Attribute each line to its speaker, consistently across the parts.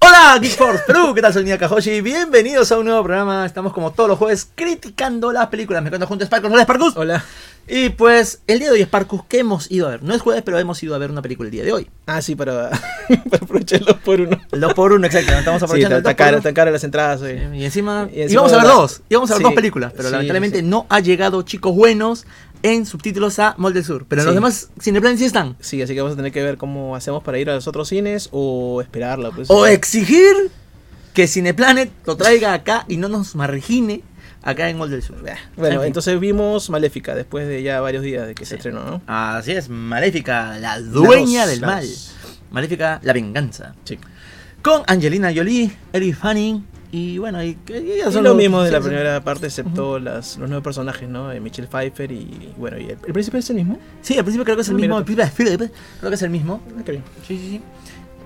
Speaker 1: Hola, Geek Force Perú. ¿Qué tal? Soy Nia Kajoshi. Bienvenidos a un nuevo programa. Estamos como todos los jueves criticando las películas. Me encuentro junto a Sparkus. Hola, Sparkus.
Speaker 2: Hola.
Speaker 1: Y pues, el día de hoy, Sparkus, ¿qué hemos ido a ver? No es jueves, pero hemos ido a ver una película el día de hoy.
Speaker 2: Ah, sí, para, para aprovechar el dos por uno.
Speaker 1: El 2 por 1 exacto. Estamos
Speaker 2: Sí,
Speaker 1: aprovechando
Speaker 2: tan,
Speaker 1: el dos por
Speaker 2: caro,
Speaker 1: uno.
Speaker 2: tan caro las entradas. oye.
Speaker 1: Y encima,
Speaker 2: Y encima
Speaker 1: íbamos a ver
Speaker 2: la-
Speaker 1: dos, íbamos a ver
Speaker 2: sí.
Speaker 1: dos películas, pero
Speaker 2: Sí,
Speaker 1: lamentablemente
Speaker 2: sí.
Speaker 1: no ha llegado Chicos Buenos en subtítulos a Molde Sur. Pero los
Speaker 2: Sí.
Speaker 1: demás Cineplan sí están.
Speaker 2: Sí, así que vamos a tener que ver cómo hacemos para ir a los otros cines o esperarla. Pues.
Speaker 1: O exigir que Cineplanet lo traiga acá y no nos margine acá en Molde Sur.
Speaker 2: Bueno,
Speaker 1: En fin.
Speaker 2: entonces vimos Maléfica después de ya varios días de que se estrenó, ¿no?
Speaker 1: Así es, Maléfica, la dueña
Speaker 2: dos,
Speaker 1: del
Speaker 2: la
Speaker 1: mal.
Speaker 2: dos.
Speaker 1: Maléfica, la venganza.
Speaker 2: Sí.
Speaker 1: Con Angelina Jolie, Eric Fanning y bueno, y, y ellos
Speaker 2: Es
Speaker 1: son
Speaker 2: lo
Speaker 1: los-
Speaker 2: mismo de
Speaker 1: sí,
Speaker 2: la
Speaker 1: sí.
Speaker 2: primera parte, excepto las, los nueve personajes, ¿no? Eh, Michelle Pfeiffer y, bueno, y el, ¿el príncipe es el mismo.
Speaker 1: Sí, al principio creo que es el
Speaker 2: Mira
Speaker 1: mismo.
Speaker 2: tú.
Speaker 1: el príncipe de Philip, Creo que es el mismo.
Speaker 2: Ah, qué bien.
Speaker 1: Sí, sí, sí.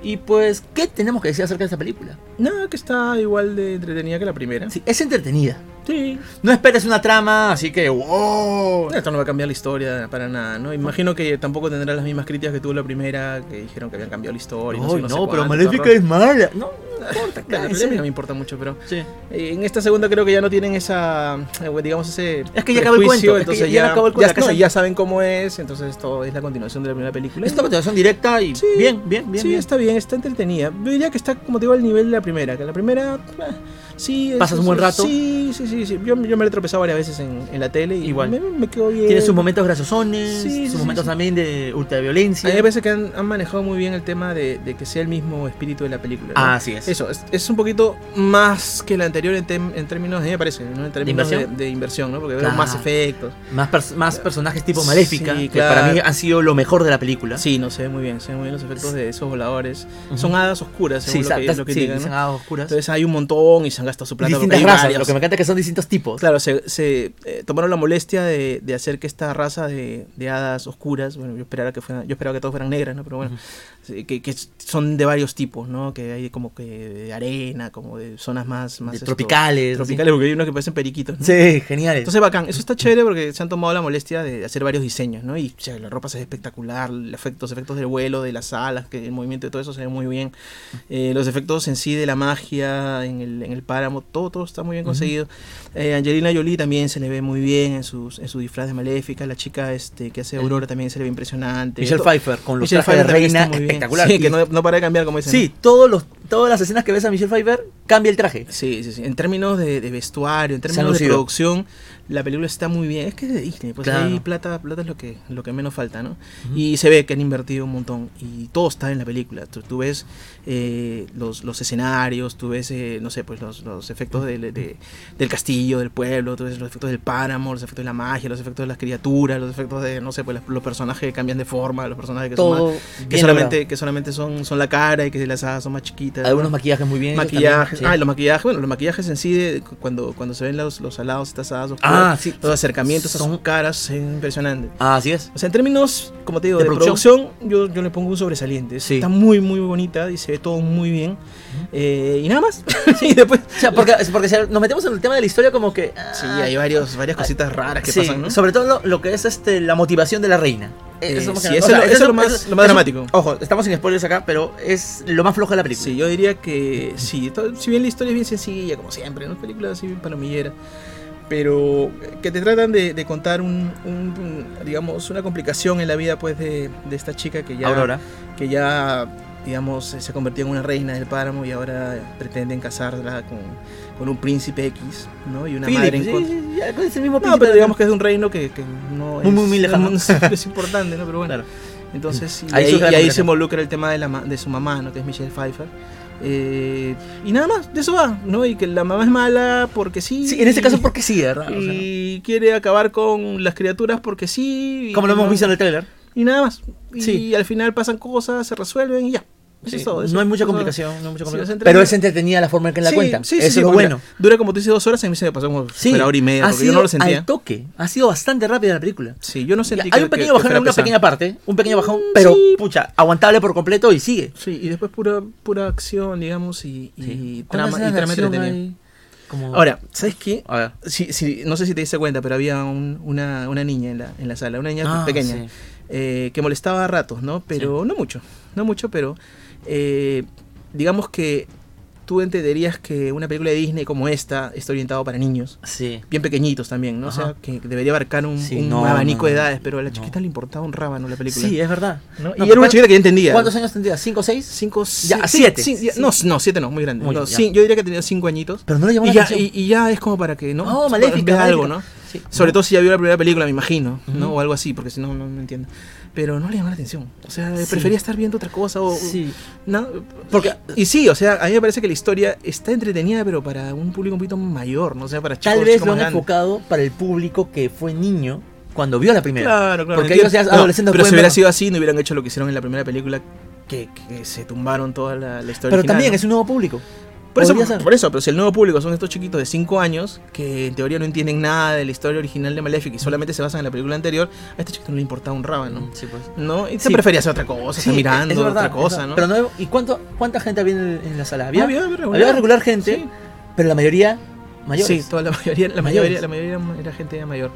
Speaker 1: Y pues, ¿qué tenemos que decir acerca de esta película?
Speaker 2: No, que está igual de entretenida que la primera.
Speaker 1: Sí, es entretenida.
Speaker 2: sí.
Speaker 1: No esperes una trama, así que wow.
Speaker 2: Esto no va a cambiar la historia para nada, ¿no? Imagino que tampoco tendrá las mismas críticas que tuvo la primera, que dijeron que habían cambiado la historia.
Speaker 1: Ay,
Speaker 2: sé,
Speaker 1: no,
Speaker 2: sé
Speaker 1: pero
Speaker 2: cuánto,
Speaker 1: Maléfica
Speaker 2: todo.
Speaker 1: es mala. No, no importa,
Speaker 2: Bueno,
Speaker 1: claro,
Speaker 2: la
Speaker 1: en
Speaker 2: primera
Speaker 1: serio.
Speaker 2: no me importa mucho, pero
Speaker 1: Sí.
Speaker 2: eh, en esta segunda creo que ya no tienen esa, eh, digamos, ese.
Speaker 1: Es que ya acabó el
Speaker 2: prejuicio,
Speaker 1: cuento, es que ya-
Speaker 2: entonces ya,
Speaker 1: ya acabó el cuento,
Speaker 2: ya-
Speaker 1: acá
Speaker 2: no,
Speaker 1: se-
Speaker 2: ya saben cómo es, entonces esto es la continuación de la primera película.
Speaker 1: Es una continuación directa y
Speaker 2: Sí.
Speaker 1: bien, bien, bien.
Speaker 2: sí,
Speaker 1: bien.
Speaker 2: está bien, está entretenida. Yo diría que está, como te digo, al nivel de la primera. Que la primera, bah, sí. es-
Speaker 1: Pasas un buen rato.
Speaker 2: Sí, sí, sí. sí. Yo, yo me la he tropezado varias veces en, en la tele y
Speaker 1: Igual.
Speaker 2: me, me quedo bien.
Speaker 1: Tiene sus momentos grasosones,
Speaker 2: Sí, sí,
Speaker 1: sus
Speaker 2: sí,
Speaker 1: momentos
Speaker 2: sí.
Speaker 1: también de ultraviolencia.
Speaker 2: Hay veces que han, han manejado muy bien el tema de, de que sea el mismo espíritu de la película. ¿no?
Speaker 1: Ah, así es.
Speaker 2: Eso, es, es un poquito más que la anterior en, tem- en términos, a mí me parece, ¿no? en términos de
Speaker 1: inversión?
Speaker 2: de inversión, ¿no? Porque veo
Speaker 1: Claro.
Speaker 2: más efectos.
Speaker 1: Más, pers- más personajes tipo maléfica,
Speaker 2: Sí,
Speaker 1: que para
Speaker 2: claro.
Speaker 1: mí han sido lo mejor de la película.
Speaker 2: Sí, no, se ve muy bien, se ven muy bien los efectos de esos voladores.
Speaker 1: Ujú.
Speaker 2: Son hadas oscuras,
Speaker 1: sí,
Speaker 2: según lo, que,
Speaker 1: sa-
Speaker 2: lo que
Speaker 1: sí,
Speaker 2: indican,
Speaker 1: dicen
Speaker 2: ¿no?
Speaker 1: hadas oscuras.
Speaker 2: Entonces hay un montón y se han gastado su plata. porque
Speaker 1: distintas
Speaker 2: hay
Speaker 1: razas,
Speaker 2: varias.
Speaker 1: lo que me encanta es que son distintos tipos.
Speaker 2: Claro, se, se, eh, tomaron la molestia de, de hacer que esta raza de, de hadas oscuras, bueno, yo esperaba que fueran, yo esperaba que todos fueran negras, ¿no? Pero bueno, sí, que, que son de varios tipos, ¿no? Que hay como que de arena, como de zonas más, más
Speaker 1: de
Speaker 2: esto,
Speaker 1: tropicales.
Speaker 2: tropicales, porque hay unos que parecen periquitos,
Speaker 1: así.
Speaker 2: ¿no?
Speaker 1: Sí, geniales.
Speaker 2: Entonces bacán, eso está chévere porque se han tomado la molestia de hacer varios diseños, ¿no? Y o sea, la ropa se ve espectacular, los efectos, efectos del vuelo, de las alas, que el movimiento de todo eso se ve muy bien. Eh, los efectos en sí de la magia, en el, en el páramo, todo, todo está muy bien conseguido. Eh, Angelina Jolie también se le ve muy bien en, sus, en su disfraz de maléfica, la chica este, que hace
Speaker 1: El-
Speaker 2: Aurora también se le ve impresionante.
Speaker 1: Michelle
Speaker 2: To-
Speaker 1: Pfeiffer con los
Speaker 2: Michelle
Speaker 1: trajes de
Speaker 2: Pfeiffer también
Speaker 1: reina
Speaker 2: está muy bien.
Speaker 1: espectacular.
Speaker 2: Sí,
Speaker 1: Y-
Speaker 2: que no, no para de cambiar como dicen. ¿no?
Speaker 1: sí, todos los, todas las escenas que ves a Michelle Pfeiffer cambia el traje.
Speaker 2: Sí, sí, sí. En términos de, de vestuario, en términos de
Speaker 1: lucido.
Speaker 2: producción, la película está muy bien. Es que es de Disney, pues
Speaker 1: Claro.
Speaker 2: ahí plata, plata es lo que, lo que menos falta, ¿no? Y se ve que han invertido un montón. Y todo está en la película. Tú, tú ves eh, los, los escenarios, tú ves, eh, no sé, pues los, los efectos del, de- del castillo, del pueblo, tú ves los efectos del páramo, los efectos de la magia, los efectos de las criaturas, los efectos de, no sé, pues las- los personajes que cambian de forma, los personajes que son
Speaker 1: Todo
Speaker 2: más- que
Speaker 1: bien
Speaker 2: solamente, que solamente son, son la cara y que las hadas son más chiquitas.
Speaker 1: logrado. Algunos
Speaker 2: ¿no?
Speaker 1: maquillajes muy bien. hechos
Speaker 2: maquillajes.
Speaker 1: también,
Speaker 2: Ah,
Speaker 1: sí.
Speaker 2: y los maquillajes. Bueno, los maquillajes en sí, de- cuando, cuando se ven los, los alados, estas hadas oscuras,
Speaker 1: Ah, sí.
Speaker 2: los acercamientos a
Speaker 1: Son-
Speaker 2: sus caras, es impresionante.
Speaker 1: Ah, así es.
Speaker 2: O sea, en términos, como te digo,
Speaker 1: ¿De
Speaker 2: de,
Speaker 1: producción?
Speaker 2: producción, yo, yo le pongo un sobresaliente.
Speaker 1: Sí.
Speaker 2: Está muy, muy bonita y se ve todo muy bien. Eh, y nada más. y después.
Speaker 1: O sea, porque, porque si nos metemos en el tema de la historia como que... ah,
Speaker 2: Sí, hay varios, varias cositas raras que
Speaker 1: sí,
Speaker 2: pasan, ¿no?
Speaker 1: sobre todo lo, lo que es este la motivación de la reina.
Speaker 2: Eh,
Speaker 1: más
Speaker 2: sí,
Speaker 1: que-
Speaker 2: eso
Speaker 1: o sea,
Speaker 2: es lo- eso es lo más- lo más
Speaker 1: eso-
Speaker 2: dramático.
Speaker 1: Ojo, estamos sin spoilers acá, pero es lo más flojo de la película.
Speaker 2: Sí, yo diría que sí. to- Si bien la historia es bien sencilla, como siempre, ¿no? Películas así bien palomilleras. Pero eh, que te tratan de, de contar un, un- un, digamos, una complicación en la vida, pues, de, de esta chica que ya...
Speaker 1: Aurora.
Speaker 2: Que ya, digamos, se convirtió en una reina del páramo y ahora pretenden casarla con, con un príncipe X, ¿no? Y una
Speaker 1: Philip,
Speaker 2: madre en
Speaker 1: sí,
Speaker 2: contra.
Speaker 1: sí, sí, es el mismo
Speaker 2: No, pero digamos que es de un reino que, que no
Speaker 1: Muy,
Speaker 2: es...
Speaker 1: muy, muy lejano.
Speaker 2: no es importante, ¿no? Pero bueno.
Speaker 1: Claro.
Speaker 2: Entonces, y
Speaker 1: Mm. Ahí
Speaker 2: ahí,
Speaker 1: surge la
Speaker 2: y ahí
Speaker 1: complicación.
Speaker 2: se involucra el tema de, la ma- de su mamá, ¿no? Que es Michelle Pfeiffer. Eh, y nada más, de eso va, ¿no? Y que la mamá es mala porque sí.
Speaker 1: Sí, en este
Speaker 2: y-
Speaker 1: caso porque sí, ¿verdad? O sea,
Speaker 2: Y quiere acabar con las criaturas porque sí. y-
Speaker 1: Como lo hemos
Speaker 2: no-
Speaker 1: visto en el trailer.
Speaker 2: Y nada más. Y
Speaker 1: Sí.
Speaker 2: al final pasan cosas, se resuelven y ya. Eso es todo. eso-
Speaker 1: no hay mucha
Speaker 2: eso-
Speaker 1: complicación, no hay mucha
Speaker 2: Sí,
Speaker 1: complicación.
Speaker 2: es
Speaker 1: pero
Speaker 2: entretenida.
Speaker 1: es entretenida la forma en que la
Speaker 2: Sí,
Speaker 1: cuentan.
Speaker 2: sí, sí,
Speaker 1: Eso
Speaker 2: sí,
Speaker 1: es lo
Speaker 2: porque mira,
Speaker 1: bueno.
Speaker 2: Dura como tú dices dos horas, a mí se me pasó como
Speaker 1: Sí,
Speaker 2: una hora y media,
Speaker 1: ha
Speaker 2: porque yo no
Speaker 1: sido
Speaker 2: lo sentía.
Speaker 1: al toque. Ha sido bastante rápida la película.
Speaker 2: Sí, yo no sentí
Speaker 1: hay
Speaker 2: que-
Speaker 1: un pequeño
Speaker 2: que- que
Speaker 1: bajón
Speaker 2: fuera
Speaker 1: en una
Speaker 2: pesada.
Speaker 1: pequeña parte. Un pequeño bajón, pero
Speaker 2: sí.
Speaker 1: pucha, aguantable por completo y sigue.
Speaker 2: Sí, y después pura, pura acción, digamos, y, y
Speaker 1: ¿Cuántas
Speaker 2: trama, y
Speaker 1: escenas de
Speaker 2: trama
Speaker 1: acción
Speaker 2: entretenida.
Speaker 1: hay? Como-
Speaker 2: Ahora, ¿sabes qué?
Speaker 1: a ver.
Speaker 2: Sí, sí, no sé si te diste cuenta, pero había un- una, una niña en la, en la sala, una niña
Speaker 1: Ah,
Speaker 2: pequeña,
Speaker 1: sí.
Speaker 2: eh, que molestaba a ratos, ¿no? Pero no mucho, no mucho, pero eh, digamos que tú entenderías que una película de Disney como esta está orientada para niños.
Speaker 1: Sí.
Speaker 2: Bien pequeñitos también, ¿no? O
Speaker 1: Ajá.
Speaker 2: sea, que debería abarcar un,
Speaker 1: Sí,
Speaker 2: un
Speaker 1: no,
Speaker 2: abanico
Speaker 1: no,
Speaker 2: de
Speaker 1: no,
Speaker 2: edades, pero a la
Speaker 1: no.
Speaker 2: chiquita le importaba un rábano la película.
Speaker 1: Sí, es verdad.
Speaker 3: No,
Speaker 2: y
Speaker 3: y
Speaker 2: era
Speaker 3: era
Speaker 2: una chiquita que ya entendía.
Speaker 1: ¿Cuántos años tendría? ¿Cinco, seis?
Speaker 2: Cinco,
Speaker 1: Ya,
Speaker 2: si-
Speaker 1: siete.
Speaker 2: sí, ya- No, no, siete no, muy grande.
Speaker 1: Muy
Speaker 2: No,
Speaker 1: bien, ya.
Speaker 2: sí, yo diría que tenía cinco añitos.
Speaker 1: Pero no le llamó
Speaker 2: Y
Speaker 1: la
Speaker 2: ya,
Speaker 1: atención.
Speaker 2: y- y ya es como para que,
Speaker 1: No,
Speaker 2: ¿no? Para-
Speaker 1: Oh, Maléfica,
Speaker 2: vea algo, ¿no?
Speaker 1: Maléfica. Sí.
Speaker 2: Sobre
Speaker 1: No.
Speaker 2: todo si ya vio la primera película, me imagino, ¿no?
Speaker 1: Ujú.
Speaker 2: O algo así, porque si no, no, no entiendo. Pero no le llamó la atención. O sea,
Speaker 1: Sí.
Speaker 2: prefería estar viendo otra cosa o...
Speaker 1: Sí.
Speaker 2: ¿no? Porque, y sí, o sea, a mí me parece que la historia está entretenida, pero para un público un poquito mayor, ¿no? O sea, para chicos,
Speaker 1: Tal vez
Speaker 2: chicos
Speaker 1: lo
Speaker 2: más
Speaker 1: han
Speaker 2: grandes.
Speaker 1: enfocado para el público que fue niño cuando vio la primera.
Speaker 2: Claro, claro.
Speaker 1: Porque
Speaker 2: entiendo.
Speaker 1: ellos ya
Speaker 2: No,
Speaker 1: adolescentes
Speaker 2: Pero si
Speaker 1: pueden
Speaker 2: hubiera
Speaker 1: ver-
Speaker 2: sido así, no hubieran hecho lo que hicieron en la primera película, que, que se tumbaron toda la, la historia
Speaker 1: Pero
Speaker 2: original,
Speaker 1: también
Speaker 2: ¿no?
Speaker 1: es un nuevo público.
Speaker 2: Por eso,
Speaker 1: Podría ser.
Speaker 2: por eso, pero si el nuevo público son estos chiquitos de 5 años que en teoría no entienden nada de la historia original de Malefic y solamente se basan en la película anterior, a este chiquito no le importaba un rábano.
Speaker 1: Sí, pues.
Speaker 2: ¿No? Y se
Speaker 1: Sí.
Speaker 2: prefería hacer otra cosa, estar
Speaker 1: Sí,
Speaker 2: mirando
Speaker 1: es verdad,
Speaker 2: otra cosa,
Speaker 1: es
Speaker 2: ¿no?
Speaker 1: verdad. Pero no, ¿Y cuánto, cuánta gente había en, en la sala? Había,
Speaker 2: había, había regular.
Speaker 1: había regular gente,
Speaker 2: Sí.
Speaker 1: pero la mayoría mayores.
Speaker 2: Sí, toda la mayoría, la mayoría,
Speaker 1: Mayores.
Speaker 2: la mayoría era gente ya mayor.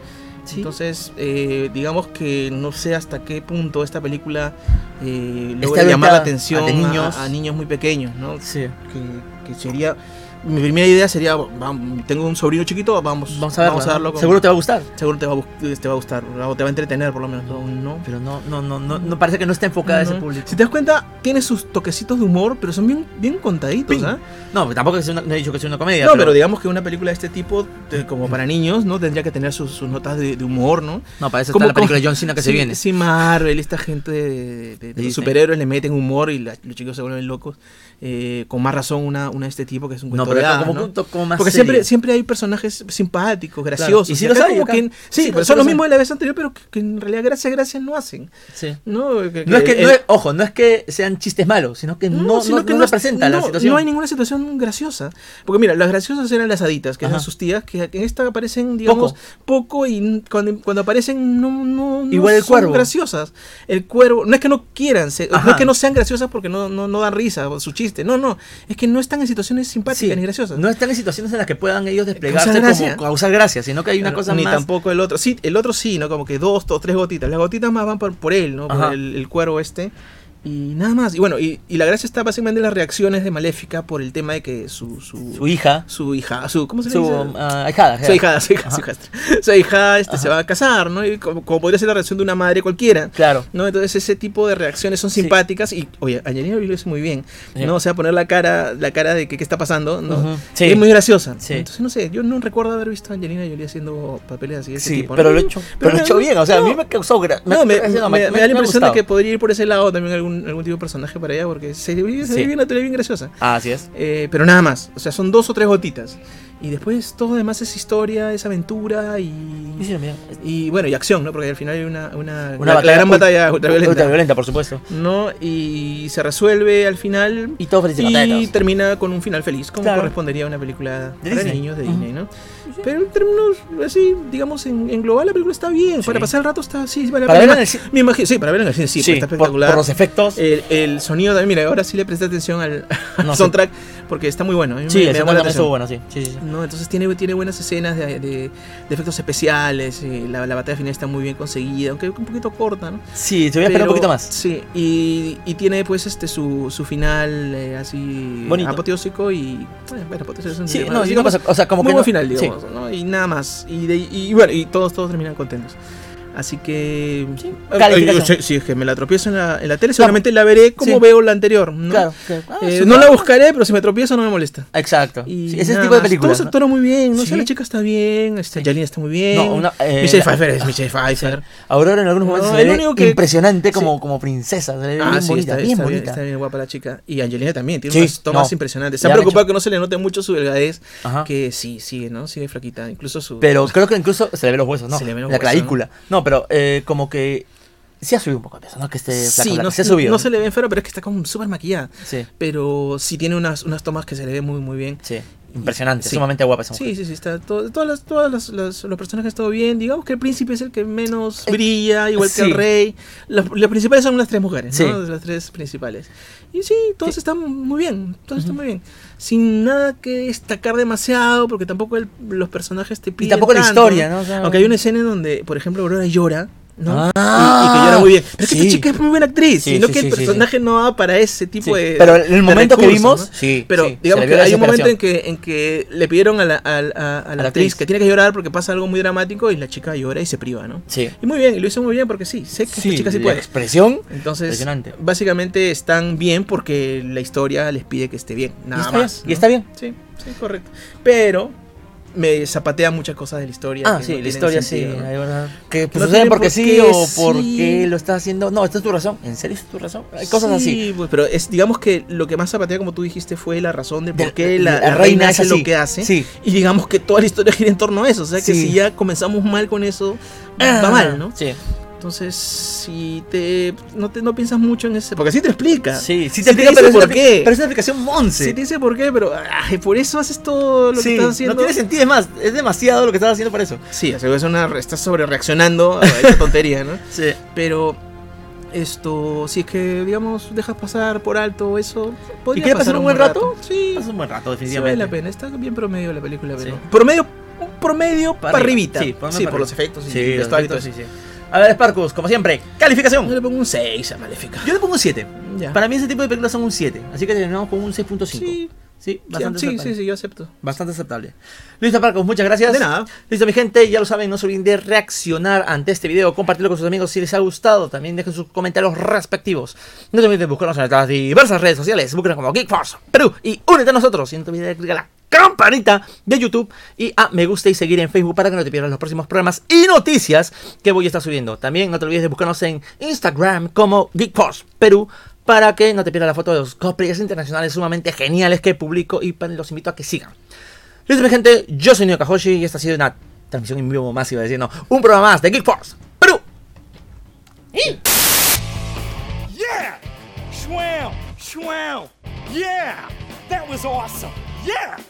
Speaker 1: Sí.
Speaker 2: Entonces, eh, digamos que no sé hasta qué punto esta película eh, logra
Speaker 1: Está
Speaker 2: llamar
Speaker 1: orientada
Speaker 2: la atención
Speaker 1: ante
Speaker 2: a
Speaker 1: niños.
Speaker 2: a niños muy pequeños, ¿no?
Speaker 1: Sí.
Speaker 2: que, que sería mi primera idea sería vam- tengo un sobrino chiquito vamos
Speaker 1: Vamos a verla.
Speaker 2: a verlo
Speaker 1: ¿no?
Speaker 2: con-
Speaker 1: Seguro te va a gustar.
Speaker 2: seguro te va a, bus- te va a gustar o te va a entretener por lo menos no, no.
Speaker 1: Pero no, no, no, no, no parece que no está enfocada a
Speaker 2: No.
Speaker 1: ese público.
Speaker 2: si te das cuenta tiene sus toquecitos de humor pero son bien bien contaditos
Speaker 1: Pin.
Speaker 2: ¿ah?
Speaker 1: No, pero tampoco es una- no he dicho que sea una comedia.
Speaker 2: no pero digamos que una película de este tipo de- como para niños no tendría que tener sus, sus notas de, de humor no
Speaker 1: No, para eso
Speaker 2: ¿Cómo-
Speaker 1: está la película
Speaker 2: cómo?
Speaker 1: de John Cena que
Speaker 2: Sí,
Speaker 1: se viene.
Speaker 2: sí Marvel esta gente de, de- de
Speaker 1: Disney.
Speaker 2: los superhéroes le meten humor y la- los chicos se vuelven locos Eh, con más razón una una de este tipo que es un cuento
Speaker 1: No, pero
Speaker 2: de
Speaker 1: acá
Speaker 2: hadas,
Speaker 1: como
Speaker 2: ¿no?
Speaker 1: punto como más
Speaker 2: Porque siempre,
Speaker 1: serio.
Speaker 2: siempre hay personajes simpáticos, graciosos.
Speaker 1: Y sí
Speaker 2: y
Speaker 1: los
Speaker 2: acá
Speaker 1: hay
Speaker 2: como
Speaker 1: acá.
Speaker 2: que- sí,
Speaker 1: Sí,
Speaker 2: pero
Speaker 1: sí
Speaker 2: son
Speaker 1: los
Speaker 2: los mismos
Speaker 1: hay.
Speaker 2: de la vez anterior, pero que, que en realidad gracia, gracia no hacen.
Speaker 1: Sí.
Speaker 2: No,
Speaker 1: No es que,
Speaker 2: el-
Speaker 1: no es- ojo, no es que sean chistes malos, sino que no, no,
Speaker 2: sino que
Speaker 1: no
Speaker 2: es-
Speaker 1: representa la
Speaker 2: no-
Speaker 1: situación.
Speaker 2: No hay ninguna situación graciosa. Porque mira, las graciosas eran las haditas, que eran
Speaker 1: Ajá.
Speaker 2: sus tías, que que en esta aparecen, digamos, poco,
Speaker 1: Poco.
Speaker 2: y n- cuando, cuando aparecen no, no, no
Speaker 1: Igual el
Speaker 2: son
Speaker 1: cuervo.
Speaker 2: graciosas. El cuervo, no es que no quieran, se- no
Speaker 1: Ajá.
Speaker 2: es que no sean graciosas porque no, no, no dan risa o su chiste. No, no, es que no están en situaciones simpáticas
Speaker 1: Sí,
Speaker 2: ni graciosas.
Speaker 1: No están en situaciones en las que puedan ellos desplegarse
Speaker 2: Causar gracia.
Speaker 1: como causar gracia, sino que hay una
Speaker 2: Claro,
Speaker 1: cosa
Speaker 2: ni
Speaker 1: más.
Speaker 2: tampoco el otro. Sí, el otro sí, ¿no? Como que dos o tres gotitas. Las gotitas más van por, por él, ¿no? Por
Speaker 1: Ajá.
Speaker 2: el, el cuervo este. Y nada más. Y bueno, y, y la gracia está básicamente en las reacciones de Maléfica por el tema de que su... Su,
Speaker 1: Su hija,
Speaker 2: su hija- su- ¿Cómo se le
Speaker 1: su
Speaker 2: dice?
Speaker 1: ah, ahijada.
Speaker 2: Su hijada, su hija,
Speaker 1: Ajá.
Speaker 2: su hijastra. Su hija este,
Speaker 1: Ajá.
Speaker 2: se va a casar, ¿no? Y como, como podría ser la reacción de una madre cualquiera.
Speaker 1: Claro.
Speaker 2: ¿no? Entonces ese tipo de reacciones son
Speaker 1: Sí.
Speaker 2: simpáticas y, oye, Angelina Jolie lo hizo muy bien,
Speaker 1: Sí.
Speaker 2: ¿no? O sea, poner la cara, la cara de que qué está pasando, ¿no?
Speaker 1: Ujú. Sí.
Speaker 2: Es muy graciosa.
Speaker 1: Sí.
Speaker 2: Entonces, no sé, yo no recuerdo haber visto a Angelina Jolie haciendo papeles así de ese
Speaker 1: Sí,
Speaker 2: tipo. ¿no?
Speaker 1: pero lo he hecho, pero lo he
Speaker 2: me-
Speaker 1: hecho bien. O sea,
Speaker 2: no,
Speaker 1: a mí me causó gracia.
Speaker 2: no, me, me- me da la impresión de que podría ir por ese lado también algún, algún tipo de personaje para ella, porque se ve bien, se ve
Speaker 1: Sí.
Speaker 2: bien natural y bien graciosa.
Speaker 1: Ah, Así es.
Speaker 2: Eh, pero nada más, o sea, son dos o tres gotitas. Y después todo lo demás es historia, es aventura y...
Speaker 1: Sí, sí, mira,
Speaker 2: Y bueno, y acción, ¿no? Porque al final hay una, una,
Speaker 1: Una
Speaker 2: la- la
Speaker 1: batalla
Speaker 2: gran
Speaker 1: ult-
Speaker 2: batalla ultraviolenta.
Speaker 1: ultraviolenta, por supuesto.
Speaker 2: ¿no? Y se resuelve al final
Speaker 1: Y todo feliz
Speaker 2: y termina con un final feliz, como
Speaker 1: Claro.
Speaker 2: correspondería a una película
Speaker 1: De
Speaker 2: para
Speaker 1: Disney.
Speaker 2: niños de
Speaker 1: Ujú.
Speaker 2: Disney, ¿no? Pero en términos así, digamos, en, en global la película está bien,
Speaker 1: Sí.
Speaker 2: para pasar el rato está sí, vale la
Speaker 1: Para
Speaker 2: pena.
Speaker 1: ver en el cine.
Speaker 2: Me imagino, sí, para ver en el cine, sí, pues,
Speaker 1: Sí,
Speaker 2: está
Speaker 1: por,
Speaker 2: espectacular.
Speaker 1: por los efectos. eh,
Speaker 2: el, el sonido también, mira, ahora sí le presté atención al, al
Speaker 1: No, sí.
Speaker 2: soundtrack porque está muy bueno. a mí me-
Speaker 1: sí,
Speaker 2: me
Speaker 1: el segundo
Speaker 2: llamó la
Speaker 1: también estuvo
Speaker 2: atención.
Speaker 1: bueno, sí. sí, sí, sí.
Speaker 2: No, entonces tiene, tiene buenas escenas de, de- de efectos especiales, eh, la, la batalla final está muy bien conseguida, aunque un poquito corta, ¿no?
Speaker 1: Sí, te voy a esperar un
Speaker 2: Pero-
Speaker 1: poquito más.
Speaker 2: Sí, y, y tiene pues este su, su final eh, así
Speaker 1: Bonito.
Speaker 2: apoteósico y bueno, bueno, apoteósico es un
Speaker 1: Sí,
Speaker 2: tema,
Speaker 1: no, sí, una
Speaker 2: digamos,
Speaker 1: cosa, o sea, como
Speaker 2: muy
Speaker 1: que.
Speaker 2: buen
Speaker 1: no-
Speaker 2: final,
Speaker 1: sí.
Speaker 2: digamos, ¿no? Y nada más. Y, de- y bueno, y todos, todos terminan contentos. Así que.
Speaker 1: Sí,
Speaker 2: Ah,
Speaker 1: calificación.
Speaker 2: eh, sí, si es que me la tropiezo en la, en la tele, seguramente la veré como
Speaker 1: Sí.
Speaker 2: veo la anterior. ¿no?
Speaker 1: Claro, claro. Ah, sí,
Speaker 2: Eh, no
Speaker 1: claro.
Speaker 2: la buscaré, pero si me tropiezo no me molesta.
Speaker 1: Exacto.
Speaker 2: Y
Speaker 1: Sí, ese
Speaker 2: nada
Speaker 1: tipo de
Speaker 2: más.
Speaker 1: películas.
Speaker 2: Todos
Speaker 1: ¿no?
Speaker 2: actuaron muy bien, no sé,
Speaker 1: Sí.
Speaker 2: la chica está bien, este, Yalina está muy bien.
Speaker 1: No, una- eh,
Speaker 2: Michelle
Speaker 1: la-
Speaker 2: Pfeiffer es Michelle Pfeiffer.
Speaker 1: Aurora en algunos momentos
Speaker 2: No,
Speaker 1: se
Speaker 2: el
Speaker 1: le
Speaker 2: único
Speaker 1: ve
Speaker 2: que-
Speaker 1: impresionante como, como princesa. Se le ve
Speaker 2: Ah,
Speaker 1: bien
Speaker 2: sí,
Speaker 1: bonita,
Speaker 2: está,
Speaker 1: bien
Speaker 2: está
Speaker 1: bonita.
Speaker 2: está bien guapa la chica. Y Angelina también, tiene
Speaker 1: Sí,
Speaker 2: unas tomas
Speaker 1: no.
Speaker 2: impresionantes. Se
Speaker 1: Le
Speaker 2: ha
Speaker 1: han
Speaker 2: preocupado
Speaker 1: hecho-
Speaker 2: que no se le note mucho su delgadez,
Speaker 1: Ajá.
Speaker 2: que sí, sigue, ¿no? Sigue flaquita, incluso su...
Speaker 1: Ah. Pero eh, creo que incluso se le ven los huesos, ¿no?
Speaker 2: Se le ven
Speaker 1: la
Speaker 2: los huesos,
Speaker 1: clavícula. No, pero eh, como que sí ha subido un poco de peso, ¿no? Que esté flaca,
Speaker 2: sí,
Speaker 1: flaca.
Speaker 2: no,
Speaker 1: se ha subido.
Speaker 2: no se le ve enferma, pero es que está como súper maquillada.
Speaker 1: Sí,
Speaker 2: Pero sí tiene unas, unas tomas que se le ve muy, muy bien.
Speaker 1: sí. Impresionante,
Speaker 2: Sí.
Speaker 1: sumamente guapa esa mujer.
Speaker 2: Sí, sí, sí, está todo- todas las, todas las, las- los personajes todo bien. Digamos que el príncipe es el que menos
Speaker 1: Eh,
Speaker 2: brilla, igual que el
Speaker 1: sí.
Speaker 2: rey. Las, las principales son las tres mujeres,
Speaker 1: Sí.
Speaker 2: ¿no? Las tres principales. Y sí, todos
Speaker 1: Sí.
Speaker 2: están muy bien, todos están muy bien. Sin nada que destacar demasiado, porque tampoco el- los personajes te
Speaker 1: Y
Speaker 2: piden
Speaker 1: tampoco la
Speaker 2: tanto,
Speaker 1: historia, ¿no? O sea,
Speaker 2: Aunque hay una escena en donde, por ejemplo, Aurora llora ¿no?
Speaker 4: Ah,
Speaker 2: y, y que llora muy bien. Pero es que
Speaker 4: sí.
Speaker 2: esta chica es muy buena actriz,
Speaker 4: Sí,
Speaker 2: sino
Speaker 4: sí,
Speaker 2: que
Speaker 4: sí,
Speaker 2: el
Speaker 4: sí, sí.
Speaker 2: personaje no va para ese tipo
Speaker 4: Sí.
Speaker 2: de.
Speaker 4: Pero en el
Speaker 2: de
Speaker 4: momento que
Speaker 2: recursos,
Speaker 4: vimos,
Speaker 2: ¿no?
Speaker 4: sí,
Speaker 2: Pero
Speaker 4: sí,
Speaker 2: digamos
Speaker 4: se le
Speaker 2: que
Speaker 4: vio la
Speaker 2: hay un momento en
Speaker 4: desesperación.
Speaker 2: que, en que le pidieron a la, al- a- a la
Speaker 4: la actriz.
Speaker 2: actriz que tiene que llorar porque pasa algo muy dramático y la chica llora y se priva, ¿no?
Speaker 4: Sí.
Speaker 2: Y muy bien, y lo hizo muy bien porque sí, sé que esta
Speaker 4: Sí,
Speaker 2: chica sí
Speaker 4: la
Speaker 2: puede.
Speaker 4: expresión.
Speaker 2: Entonces,
Speaker 4: Impresionante.
Speaker 2: básicamente están bien porque la historia les pide que esté bien, nada
Speaker 4: y está
Speaker 2: más.
Speaker 4: bien,
Speaker 2: ¿no?
Speaker 4: Y está bien.
Speaker 2: Sí, sí, correcto. Pero me zapatea muchas cosas de la historia.
Speaker 4: Ah,
Speaker 2: que
Speaker 4: sí,
Speaker 2: no
Speaker 4: la
Speaker 2: tienen
Speaker 4: historia
Speaker 2: sentido,
Speaker 4: sí.
Speaker 2: ¿no?
Speaker 4: la verdad. Que pues,
Speaker 2: No
Speaker 4: sucede
Speaker 2: tiene
Speaker 4: porque
Speaker 2: por
Speaker 4: sí
Speaker 2: qué,
Speaker 4: o
Speaker 2: sí.
Speaker 4: porque lo está haciendo. No, esta es tu razón. ¿En serio esta es tu razón? Hay cosas así.
Speaker 2: Sí, pues, pero es, digamos que lo que más zapatea, como tú dijiste, fue la razón de por
Speaker 4: De-
Speaker 2: qué la,
Speaker 4: la
Speaker 2: la reina,
Speaker 4: reina es
Speaker 2: hace lo
Speaker 4: así.
Speaker 2: que hace.
Speaker 4: Sí.
Speaker 2: Y digamos que toda la historia gira en torno a eso. O sea que
Speaker 4: Sí.
Speaker 2: si ya comenzamos mal con eso, va
Speaker 4: Ah,
Speaker 2: mal, ¿no?
Speaker 4: Sí.
Speaker 2: Entonces, si te no, te no piensas mucho en ese. Porque sí te explica.
Speaker 4: Sí, sí
Speaker 2: Sí
Speaker 4: te
Speaker 2: te
Speaker 4: explica,
Speaker 2: dice
Speaker 4: pero es
Speaker 2: por
Speaker 4: una-
Speaker 2: qué.
Speaker 1: Pero es una aplicación monce.
Speaker 2: Sí te dice por qué, pero ay, por eso haces todo lo
Speaker 1: Sí,
Speaker 2: que estás haciendo.
Speaker 1: no tiene sentido, es más, es demasiado lo que estás haciendo para eso.
Speaker 2: Sí, o sea, es una, estás sobre reaccionando a esta tontería, ¿no?
Speaker 1: Sí.
Speaker 2: Pero esto, si es que, digamos, dejas pasar por alto eso, podría
Speaker 4: quieres pasar un buen rato?
Speaker 2: Sí,
Speaker 1: Es un buen rato,
Speaker 2: sí vale la
Speaker 1: definitivamente.
Speaker 2: pena. Está bien promedio la película, pero...
Speaker 4: Sí.
Speaker 2: Promedio, un promedio para,
Speaker 4: Para arriba.
Speaker 2: arribita.
Speaker 1: Sí,
Speaker 2: Sí,
Speaker 1: promedio para
Speaker 2: por los
Speaker 1: arriba.
Speaker 2: efectos y
Speaker 4: Sí,
Speaker 2: los
Speaker 4: los
Speaker 2: actos.
Speaker 4: efectos, sí, sí.
Speaker 1: A ver, Sparkus, como siempre,
Speaker 2: Yo
Speaker 1: calificación.
Speaker 2: le pongo un 6 a Maléfica.
Speaker 1: Yo le pongo un 7.
Speaker 2: Ya.
Speaker 1: Para mí ese tipo de películas son un 7, así que terminamos con un 6.5.
Speaker 2: Sí,
Speaker 1: Sí,
Speaker 2: sí,
Speaker 1: bastante
Speaker 2: sí,
Speaker 1: aceptable.
Speaker 2: sí, sí, yo acepto.
Speaker 1: Bastante aceptable. Listo, Parcos, muchas gracias.
Speaker 2: De nada.
Speaker 1: Listo, mi gente, ya lo saben, no se olviden de reaccionar ante este video, compartirlo con sus amigos si les ha gustado. También dejen sus comentarios respectivos. No se olviden de buscarnos en nuestras diversas redes sociales. Búsquenos como GeekForce Perú y únete a nosotros. Y no te olvides de clicar la campanita de YouTube y a me gusta y seguir en Facebook para que no te pierdas los próximos programas y noticias que voy a estar subiendo. También no te olvides de buscarnos en Instagram como GeekForce Perú para que no te pierdas la foto de los cosplayers internacionales sumamente geniales que publico y pa- los invito a que sigan. Listo, mi gente, yo soy Neo Kahoshi y esta ha sido una transmisión en vivo más, iba diciendo, un programa más de Geek Force Perú.
Speaker 5: Yeah! Schwam! Schwam! Yeah! That was awesome! Yeah!